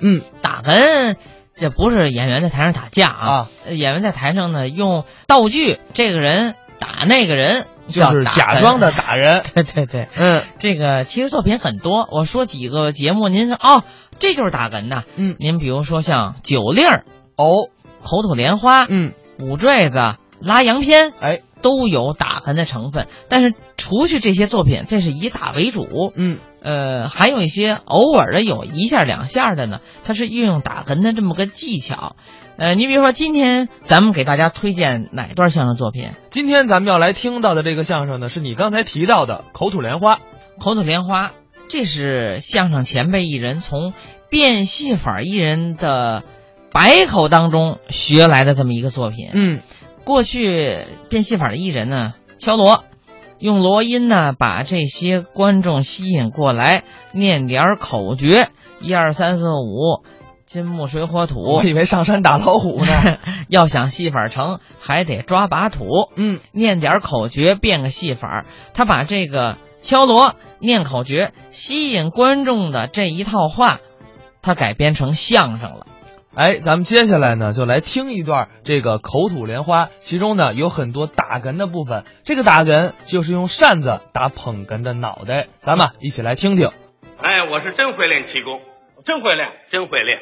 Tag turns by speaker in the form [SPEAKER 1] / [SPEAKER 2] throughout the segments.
[SPEAKER 1] 嗯，打哏这不是演员在台上打架啊，
[SPEAKER 2] 啊，
[SPEAKER 1] 呃演员在台上呢用道具，这个人打那个人，
[SPEAKER 2] 就是假装的。打 人。
[SPEAKER 1] 对对对，
[SPEAKER 2] 嗯
[SPEAKER 1] 这个其实作品很多，我说几个节目，您说哦，这就是打哏呐。
[SPEAKER 2] 嗯，
[SPEAKER 1] 您比如说像九令儿、
[SPEAKER 2] 哦，
[SPEAKER 1] 口吐莲花、
[SPEAKER 2] 嗯，
[SPEAKER 1] 五坠子、拉洋片，
[SPEAKER 2] 哎，
[SPEAKER 1] 都有打哏的成分。但是除去这些作品，这是以打为主。
[SPEAKER 2] 嗯，
[SPEAKER 1] 呃，还有一些偶尔的有一下两下的呢，它是运用打哏的这么个技巧。呃，你比如说今天咱们给大家推荐哪段相声作品？
[SPEAKER 2] 今天咱们要来听到的这个相声呢，是你刚才提到的《口吐莲花》。
[SPEAKER 1] 口吐莲花，这是相声前辈艺人从变戏法艺人的百口当中学来的这么一个作品。
[SPEAKER 2] 嗯，
[SPEAKER 1] 过去变戏法的艺人呢，敲锣，用锣音呢把这些观众吸引过来，念点儿口诀，一二三四五，金木水火土
[SPEAKER 2] 我。以为上山打老虎呢。
[SPEAKER 1] 要想戏法成，还得抓把土。
[SPEAKER 2] 嗯，
[SPEAKER 1] 念点儿口诀，变个戏法儿。他把这个敲锣、念口诀、吸引观众的这一套话，他改编成相声了。
[SPEAKER 2] 哎，咱们接下来呢，就来听一段这个口吐莲花，其中呢有很多打哏的部分。这个打哏就是用扇子打捧哏的脑袋，咱们一起来听听。
[SPEAKER 3] 哎，我是真会练气功，
[SPEAKER 4] 真会练。
[SPEAKER 3] 真会练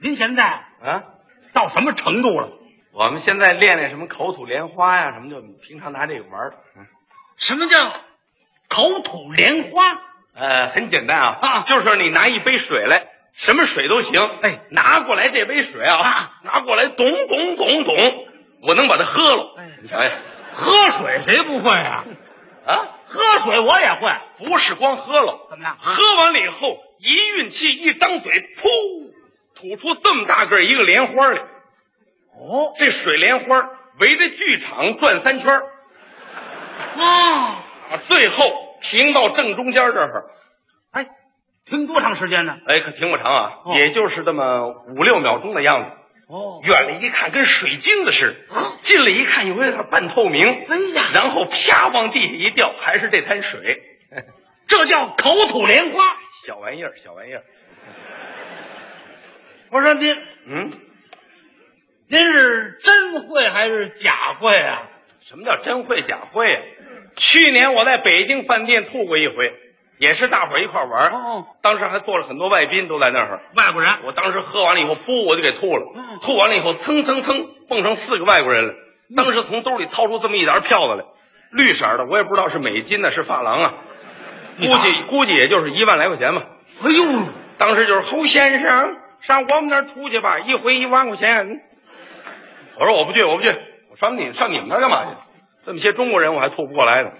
[SPEAKER 4] 您现在
[SPEAKER 3] 啊！
[SPEAKER 4] 到什么程度了？
[SPEAKER 3] 我们现在练练什么口吐莲花呀，什么就平常拿这个玩儿。嗯
[SPEAKER 4] 什么叫口吐莲花？
[SPEAKER 3] 呃，很简单啊，
[SPEAKER 4] 啊
[SPEAKER 3] 就是你拿一杯水来，什么水都行。
[SPEAKER 4] 哎
[SPEAKER 3] 拿过来这杯水啊，
[SPEAKER 4] 啊
[SPEAKER 3] 拿过来，咚咚咚咚，我能把它喝了。
[SPEAKER 4] 哎
[SPEAKER 3] 你瞧瞧，
[SPEAKER 4] 喝水谁不会啊？
[SPEAKER 3] 啊，
[SPEAKER 4] 喝水我也会。
[SPEAKER 3] 不是光喝了，
[SPEAKER 4] 怎么样
[SPEAKER 3] 喝完了以后，一运气，一张嘴，噗，吐出这么大个儿一个莲花来。
[SPEAKER 4] 哦
[SPEAKER 3] 这水莲花围着剧场转三圈儿。
[SPEAKER 4] 哦，
[SPEAKER 3] 啊，最后停到正中间这儿，
[SPEAKER 4] 哎，停多长时间呢？
[SPEAKER 3] 哎，可停不长啊，
[SPEAKER 4] 哦
[SPEAKER 3] 也就是这么五六秒钟的样子。
[SPEAKER 4] 哦
[SPEAKER 3] 远了一看跟水晶子似的，近了一看有点半透明，
[SPEAKER 4] 哎呀
[SPEAKER 3] 然后啪往地下一掉，还是这滩水。
[SPEAKER 4] 这叫口吐莲花。
[SPEAKER 3] 小玩意儿，小玩意儿，
[SPEAKER 4] 我说您
[SPEAKER 3] 嗯，
[SPEAKER 4] 您是真会还是假会啊？
[SPEAKER 3] 什么叫真会假会啊？去年我在北京饭店吐过一回，也是大伙儿一块儿玩儿，
[SPEAKER 4] 哦，
[SPEAKER 3] 当时还坐了很多外宾都在那儿。
[SPEAKER 4] 外国人
[SPEAKER 3] 我当时喝完了以后，噗，我就给吐了
[SPEAKER 4] 嗯。
[SPEAKER 3] 吐完了以后，蹭蹭蹭蹦成四个外国人来。当时从兜里掏出这么一沓票子来，绿色的，我也不知道是美金呢，是发廊啊，估
[SPEAKER 4] 一沓
[SPEAKER 3] 计估计也就是一万来块钱吧。
[SPEAKER 4] 哎呦，
[SPEAKER 3] 当时就是侯先生上我们那儿出去吧，一回一万块钱。我说我不去，我不去，我上你上你们那儿干嘛去？这么些中国人我还吐不过来呢，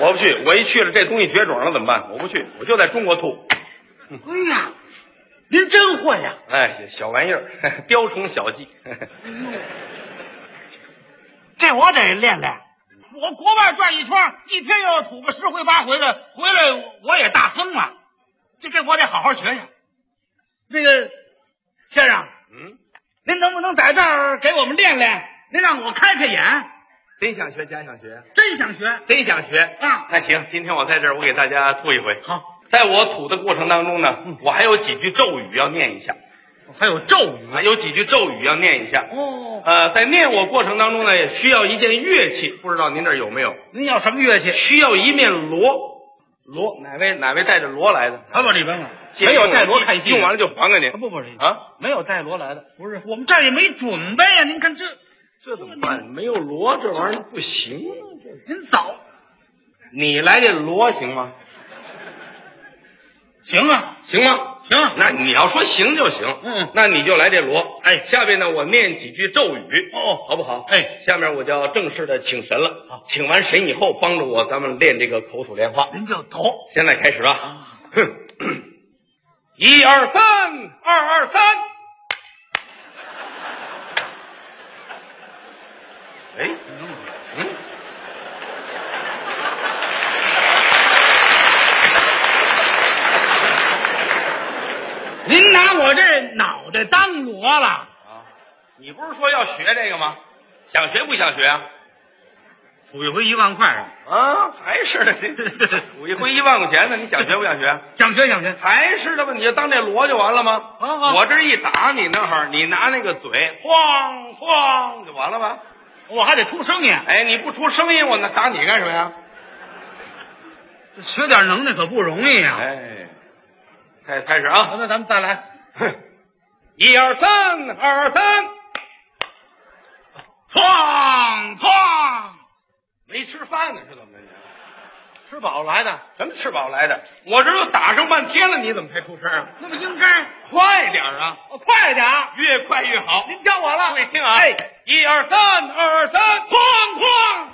[SPEAKER 3] 我不去，我一去了这东西绝种了怎么办？我不去，我就在中国吐。
[SPEAKER 4] 哎呀，您真会呀、
[SPEAKER 3] 哎，小玩意儿， 雕虫小技。嗯
[SPEAKER 4] 这我得练练。我国外转一圈，一天要吐个十回八回的，回来我也大疯了。这这我得好好学学。那个先生，
[SPEAKER 3] 嗯，
[SPEAKER 4] 您能不能在这儿给我们练练？您让我开开眼，
[SPEAKER 3] 真想学，假想学，
[SPEAKER 4] 真想学
[SPEAKER 3] 真想学。
[SPEAKER 4] 啊！
[SPEAKER 3] 嗯那行，今天我在这儿，我给大家吐一回。
[SPEAKER 4] 好，
[SPEAKER 3] 在我吐的过程当中呢，我还有几句咒语要念一下，
[SPEAKER 4] 还有咒语
[SPEAKER 3] 啊，有几句咒语要念一下。
[SPEAKER 4] 哦。
[SPEAKER 3] 呃，在念我过程当中呢，也需要一件乐器，不知道您这儿有没有？
[SPEAKER 4] 您要什么乐器？
[SPEAKER 3] 需要一面锣，锣哪位哪位带着锣来的？
[SPEAKER 4] 他往里边了，没有带锣看戏，
[SPEAKER 3] 用完了就还给您
[SPEAKER 4] 啊不不是
[SPEAKER 3] 啊。
[SPEAKER 4] 没有带锣来的，不是我们这儿也没准备呀、您看这，
[SPEAKER 3] 这怎么办？没有锣这玩意儿不行啊！这
[SPEAKER 4] 您早
[SPEAKER 3] 你来这锣行吗？
[SPEAKER 4] 行啊，
[SPEAKER 3] 行吗？
[SPEAKER 4] 行啊
[SPEAKER 3] 那你要说行就行，
[SPEAKER 4] 嗯
[SPEAKER 3] 那你就来这锣。哎，下边呢，我念几句咒语，
[SPEAKER 4] 哦
[SPEAKER 3] 好不好？
[SPEAKER 4] 哎，
[SPEAKER 3] 下面我就要正式的请神了。
[SPEAKER 4] 好嗯
[SPEAKER 3] 请完神以后，帮着我，咱们练这个口吐莲花。
[SPEAKER 4] 您就头。
[SPEAKER 3] 现在开始啊！哼， 一二三，二二三。哎，嗯，
[SPEAKER 4] 您拿我这脑袋当锣了？
[SPEAKER 3] 啊，你不是说要学这个吗？想学不想学啊？
[SPEAKER 4] 土一回一万块，
[SPEAKER 3] 啊，还是的，赌一回一万块钱呢，你想学不想学？
[SPEAKER 4] 想学想学。
[SPEAKER 3] 还是的问题，当这锣就完了吗？
[SPEAKER 4] 好好
[SPEAKER 3] 我这一打你那会儿，你拿那个嘴哐哐就完了吧？
[SPEAKER 4] 我还得出声音，
[SPEAKER 3] 哎，你不出声音，我那打你干什么呀？
[SPEAKER 4] 哎学点能耐可不容易呀、
[SPEAKER 3] 哎，开开始啊！
[SPEAKER 4] 那咱们再来，
[SPEAKER 3] 一二三，二三，
[SPEAKER 4] 哐哐，
[SPEAKER 3] 没吃饭呢是怎么着？你
[SPEAKER 4] 吃饱来的，
[SPEAKER 3] 什么吃饱来的？我这都打上半天了，你怎么才出声啊？
[SPEAKER 4] 那么应该
[SPEAKER 3] 快点儿啊！
[SPEAKER 4] 哦快点儿，
[SPEAKER 3] 越快越好。
[SPEAKER 4] 您教我了，
[SPEAKER 3] 注意听啊！哎，一二三，二三，哐哐！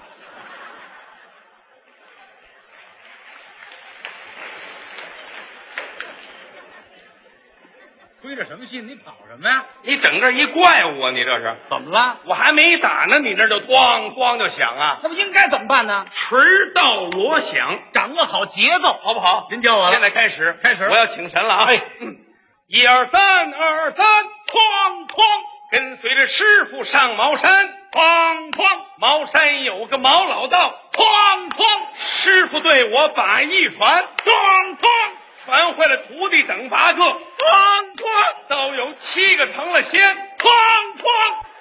[SPEAKER 4] 追着什么信？你跑什么呀？
[SPEAKER 3] 你整个一怪物啊！你这是？
[SPEAKER 4] 怎么了？
[SPEAKER 3] 我还没打呢，你这就哐哐就响啊！
[SPEAKER 4] 那么应该怎么办呢？
[SPEAKER 3] 迟到锣响，
[SPEAKER 4] 掌握好节奏，好不好？您教我了，
[SPEAKER 3] 现在开始，
[SPEAKER 4] 开始
[SPEAKER 3] 我要请神了啊！哎，一二三，二三，哐哐，跟随着师傅上茅山，哐哐，茅山有个毛老道，哐哐，师傅对我把一传，哐哐，传坏了徒弟等八个，哐哐，倒有七个成了仙，哐哐。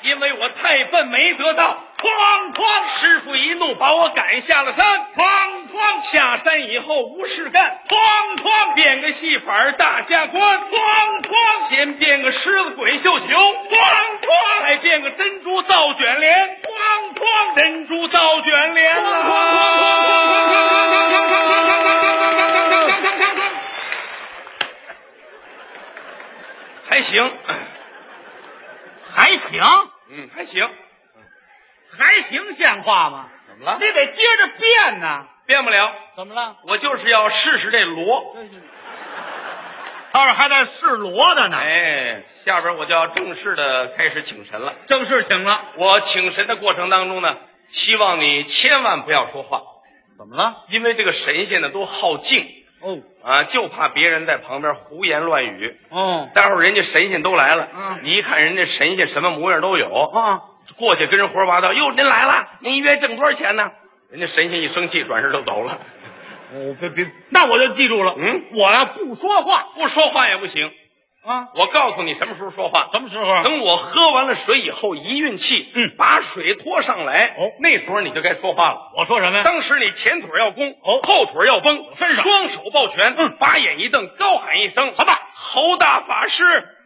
[SPEAKER 3] 因为我太笨没得到，哐哐！师傅一怒把我赶下了山，哐哐！下山以后无事干，哐哐！变个戏法儿大家观，哐哐！先变个狮子滚绣球，哐哐！再变个珍珠倒卷帘，哐哐！珍珠倒卷帘啊！还行，
[SPEAKER 4] 还行，
[SPEAKER 3] 嗯，还行，
[SPEAKER 4] 还行，像话吗？
[SPEAKER 3] 怎么了
[SPEAKER 4] 你得接着变呐。
[SPEAKER 3] 变不了。
[SPEAKER 4] 怎么了？
[SPEAKER 3] 我就是要试试这锣。
[SPEAKER 4] 他这还在试锣的呢。
[SPEAKER 3] 哎，下边我就要正式的开始请神了。
[SPEAKER 4] 正式请了。
[SPEAKER 3] 我请神的过程当中呢，希望你千万不要说话，
[SPEAKER 4] 怎么了？
[SPEAKER 3] 因为这个神仙呢都好静
[SPEAKER 4] 哦
[SPEAKER 3] 啊，就怕别人在旁边胡言乱语。
[SPEAKER 4] 哦
[SPEAKER 3] 待会儿人家神仙都来了，
[SPEAKER 4] 嗯
[SPEAKER 3] 你一看人家神仙什么模样都有，
[SPEAKER 4] 啊！
[SPEAKER 3] 过去跟人胡说八道。哟，您来了，您一月挣多少钱呢？人家神仙一生气，转身就走了，
[SPEAKER 4] 我别别，那我就记住了。
[SPEAKER 3] 嗯
[SPEAKER 4] 我呀不说话
[SPEAKER 3] 不说话也不行。
[SPEAKER 4] 啊。
[SPEAKER 3] 我告诉你什么时候说话，
[SPEAKER 4] 什么时候啊？
[SPEAKER 3] 等我喝完了水以后，一运气，
[SPEAKER 4] 嗯
[SPEAKER 3] 把水拖上来，
[SPEAKER 4] 哦
[SPEAKER 3] 那时候你就该说话了。
[SPEAKER 4] 我说什么呀？
[SPEAKER 3] 当时你前腿要弓，哦，后腿要绷，
[SPEAKER 4] 身上
[SPEAKER 3] 双手抱拳，嗯，把眼一瞪，高喊一声：“好吧，侯大法师，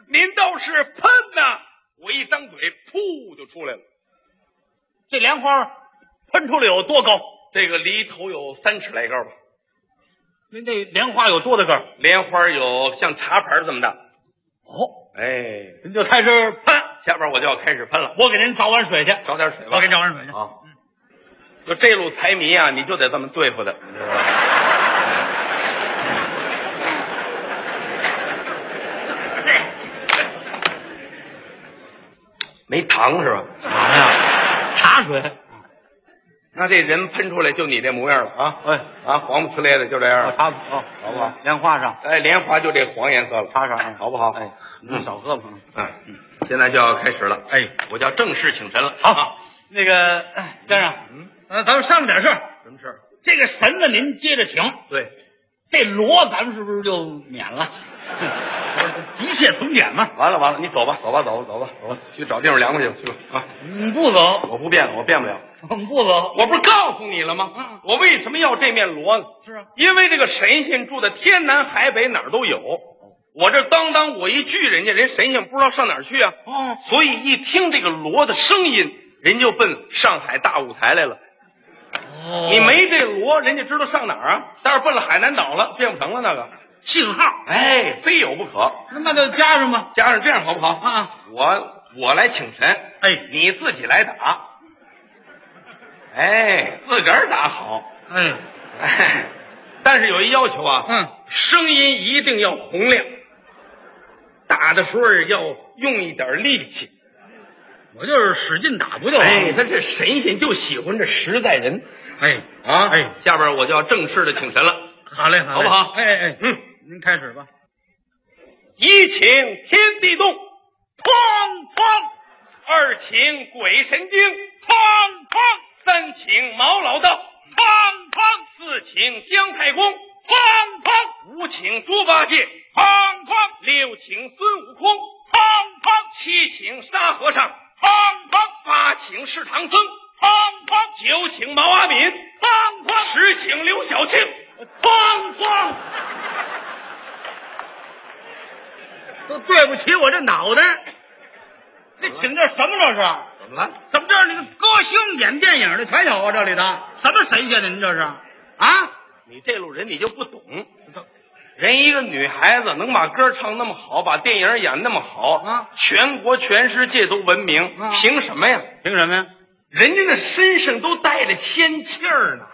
[SPEAKER 3] 您倒是喷呐！”我一张嘴，噗就出来了。
[SPEAKER 4] 这莲花喷出来有多高？
[SPEAKER 3] 这个离头有三尺来高吧，
[SPEAKER 4] 那那莲花有多大个儿？
[SPEAKER 3] 莲花有像茶盘这么大。
[SPEAKER 4] 哦，
[SPEAKER 3] 哎，
[SPEAKER 4] 您就开始喷。
[SPEAKER 3] 下边我就要开始喷了，
[SPEAKER 4] 我给您找碗水去，
[SPEAKER 3] 找点水吧。
[SPEAKER 4] 我给您找碗水去。
[SPEAKER 3] 啊，就这路财迷啊，你就得这么对付的。没糖是吧？
[SPEAKER 4] 啥呀？茶水。
[SPEAKER 3] 那这人喷出来就你这模样了啊！
[SPEAKER 4] 哎，
[SPEAKER 3] 啊，黄不呲咧的就这样了。
[SPEAKER 4] 茶哦，
[SPEAKER 3] 好不好？
[SPEAKER 4] 莲花上，
[SPEAKER 3] 哎，莲花就这黄颜色了，
[SPEAKER 4] 茶上，
[SPEAKER 3] 好不好？
[SPEAKER 4] 哎，
[SPEAKER 3] 嗯
[SPEAKER 4] 您少喝吧。
[SPEAKER 3] 嗯，现在就要开始了。
[SPEAKER 4] 哎，
[SPEAKER 3] 我就要正式请神了。啊，
[SPEAKER 4] 那个哎先生，嗯，呃，咱们商量点事儿。
[SPEAKER 3] 什么事儿？
[SPEAKER 4] 这个神呢，您接着请；
[SPEAKER 3] 对，
[SPEAKER 4] 这锣，咱们是不是就免 了？一切从简嘛。
[SPEAKER 3] 完了完了，你走吧，走吧，走吧，走吧，走吧，去找地方凉快去吧，去吧啊！
[SPEAKER 4] 你不走，
[SPEAKER 3] 我不变了，我变不了。
[SPEAKER 4] 我们不走。
[SPEAKER 3] 我不是告诉你了吗？
[SPEAKER 4] 嗯
[SPEAKER 3] 我为什么要这面锣呢？
[SPEAKER 4] 是啊，
[SPEAKER 3] 因为这个神仙住的天南海北哪儿都有。我这当当我一拒人家，人神仙不知道上哪儿去啊。
[SPEAKER 4] 哦，
[SPEAKER 3] 所以一听这个锣的声音，人就奔上海大舞台来了。
[SPEAKER 4] 哦
[SPEAKER 3] 你没这锣，人家知道上哪儿啊？待会儿奔了海南岛了，变不成了那个。
[SPEAKER 4] 信号，
[SPEAKER 3] 哎，非有不可。
[SPEAKER 4] 那那就加上吧。
[SPEAKER 3] 加上这样好不好？
[SPEAKER 4] 啊，
[SPEAKER 3] 我我来请神，
[SPEAKER 4] 哎
[SPEAKER 3] 你自己来打。哎，自个儿打好。
[SPEAKER 4] 哎，
[SPEAKER 3] 哎，但是有一要求啊，
[SPEAKER 4] 嗯，
[SPEAKER 3] 声音一定要洪亮，打的时候要用一点力气。
[SPEAKER 4] 我就是使劲打不就完
[SPEAKER 3] 哎，
[SPEAKER 4] 了？
[SPEAKER 3] 他这神仙就喜欢这实在人
[SPEAKER 4] 哎，
[SPEAKER 3] 啊！
[SPEAKER 4] 哎，
[SPEAKER 3] 下边我就要正式的请神了。
[SPEAKER 4] 好嘞，好嘞，
[SPEAKER 3] 好不好
[SPEAKER 4] 哎哎哎，
[SPEAKER 3] 嗯，
[SPEAKER 4] 您开始吧。
[SPEAKER 3] 一请天地动，哐哐；二请鬼神惊，哐哐；三请毛老道，砰砰；四请姜太公，砰砰；五请猪八戒，砰砰；六请孙悟空，砰砰；七请沙和尚，砰砰；八请释唐僧，砰砰；九请毛阿敏，砰砰；十请刘晓庆，砰砰。
[SPEAKER 4] 都对不起我这脑袋。这请这什么这是？啊
[SPEAKER 3] 怎么了？
[SPEAKER 4] 怎么这里歌星演电影的全有啊？这里的什么神仙呢？您这是啊？
[SPEAKER 3] 你这路人你就不懂，人一个女孩子能把歌唱那么好，把电影演那么好
[SPEAKER 4] 啊
[SPEAKER 3] 全国全世界都闻名，
[SPEAKER 4] 啊
[SPEAKER 3] 凭什么呀？
[SPEAKER 4] 凭什么呀？
[SPEAKER 3] 人家那身上都带着仙气儿呢。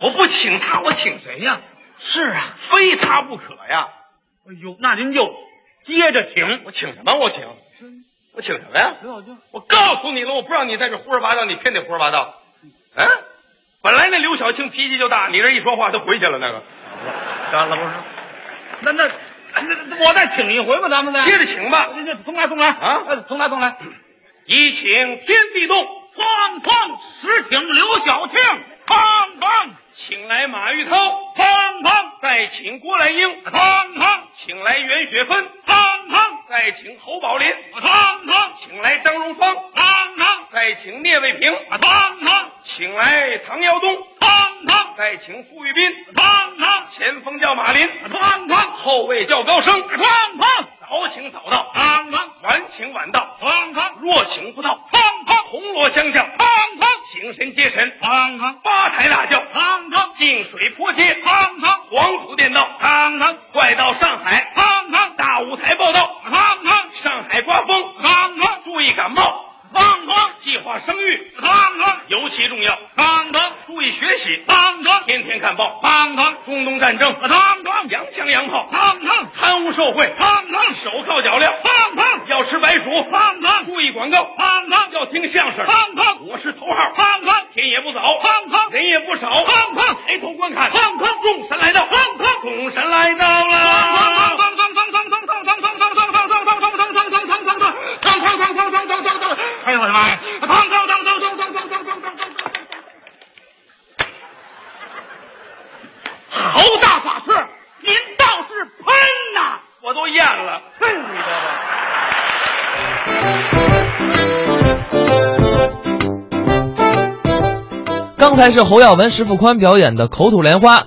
[SPEAKER 3] 我不请她，我请谁呀？
[SPEAKER 4] 是啊，
[SPEAKER 3] 非她不可呀！
[SPEAKER 4] 哎呦，那您就接着请。
[SPEAKER 3] 我请什么？我请，我请什么呀？
[SPEAKER 4] 刘小军，
[SPEAKER 3] 我告诉你了，我不让你在这胡说八道，你偏得胡说八道。嗯、本来那刘晓庆脾气就大，你这一说话他回去了那个。
[SPEAKER 4] 干了不是？那那那那我再请一回吧，咱们再
[SPEAKER 3] 接着请吧。
[SPEAKER 4] 那那重来重来
[SPEAKER 3] 啊
[SPEAKER 4] 呃重来重来。
[SPEAKER 3] 一请天地动，
[SPEAKER 4] 哐哐，十请刘晓庆，哐哐，
[SPEAKER 3] 请来马玉涛，
[SPEAKER 4] 哐哐，
[SPEAKER 3] 再请郭兰英，
[SPEAKER 4] 哐哐，
[SPEAKER 3] 请来袁雪芬，
[SPEAKER 4] 哐哐，
[SPEAKER 3] 再请侯宝林，
[SPEAKER 4] 哐哐，
[SPEAKER 3] 请来张荣芳，
[SPEAKER 4] 哐哐。
[SPEAKER 3] 再请聂卫平，
[SPEAKER 4] 啊，当当
[SPEAKER 3] 请来唐耀东，
[SPEAKER 4] 当当
[SPEAKER 3] 再请傅玉斌，
[SPEAKER 4] 当当
[SPEAKER 3] 前锋叫马林，
[SPEAKER 4] 当当
[SPEAKER 3] 后卫叫高升，
[SPEAKER 4] 当当
[SPEAKER 3] 早请早到，
[SPEAKER 4] 当当
[SPEAKER 3] 晚请晚到，
[SPEAKER 4] 当当
[SPEAKER 3] 若请不到，
[SPEAKER 4] 当当
[SPEAKER 3] 铜锣相向，
[SPEAKER 4] 当当
[SPEAKER 3] 请神接神，
[SPEAKER 4] 当当
[SPEAKER 3] 八抬大轿，
[SPEAKER 4] 当当
[SPEAKER 3] 净水泼街，
[SPEAKER 4] 当当
[SPEAKER 3] 黄土垫道，
[SPEAKER 4] 当当
[SPEAKER 3] 快到上海，
[SPEAKER 4] 当当
[SPEAKER 3] 大舞台报道，
[SPEAKER 4] 当当
[SPEAKER 3] 上海刮风，
[SPEAKER 4] 当当
[SPEAKER 3] 注意感冒，
[SPEAKER 4] 当当
[SPEAKER 3] 计划生育
[SPEAKER 4] 当当
[SPEAKER 3] 尤其重要，
[SPEAKER 4] 当当
[SPEAKER 3] 注意学习，
[SPEAKER 4] 当当
[SPEAKER 3] 天天看报，
[SPEAKER 4] 当当
[SPEAKER 3] 中东战争，
[SPEAKER 4] 当当
[SPEAKER 3] 洋枪洋炮，
[SPEAKER 4] 当当
[SPEAKER 3] 贪污受贿，
[SPEAKER 4] 当当
[SPEAKER 3] 手铐脚镣，
[SPEAKER 4] 当当
[SPEAKER 3] 要吃白薯，
[SPEAKER 4] 当当
[SPEAKER 3] 注意广告，
[SPEAKER 4] 当当
[SPEAKER 3] 要听相声，
[SPEAKER 4] 当当
[SPEAKER 3] 我是头号，
[SPEAKER 4] 当当
[SPEAKER 3] 天也不早，
[SPEAKER 4] 当当
[SPEAKER 3] 人也不少，
[SPEAKER 4] 当当
[SPEAKER 3] 抬头观看，
[SPEAKER 4] 当当
[SPEAKER 3] 众神来到，
[SPEAKER 4] 当当
[SPEAKER 3] 众神来到了，
[SPEAKER 4] 哎呦我的妈呀！侯大法师，您倒是喷呐！
[SPEAKER 3] 我都咽了。
[SPEAKER 2] 刚才是侯耀文、石富宽表演的《口吐莲花》。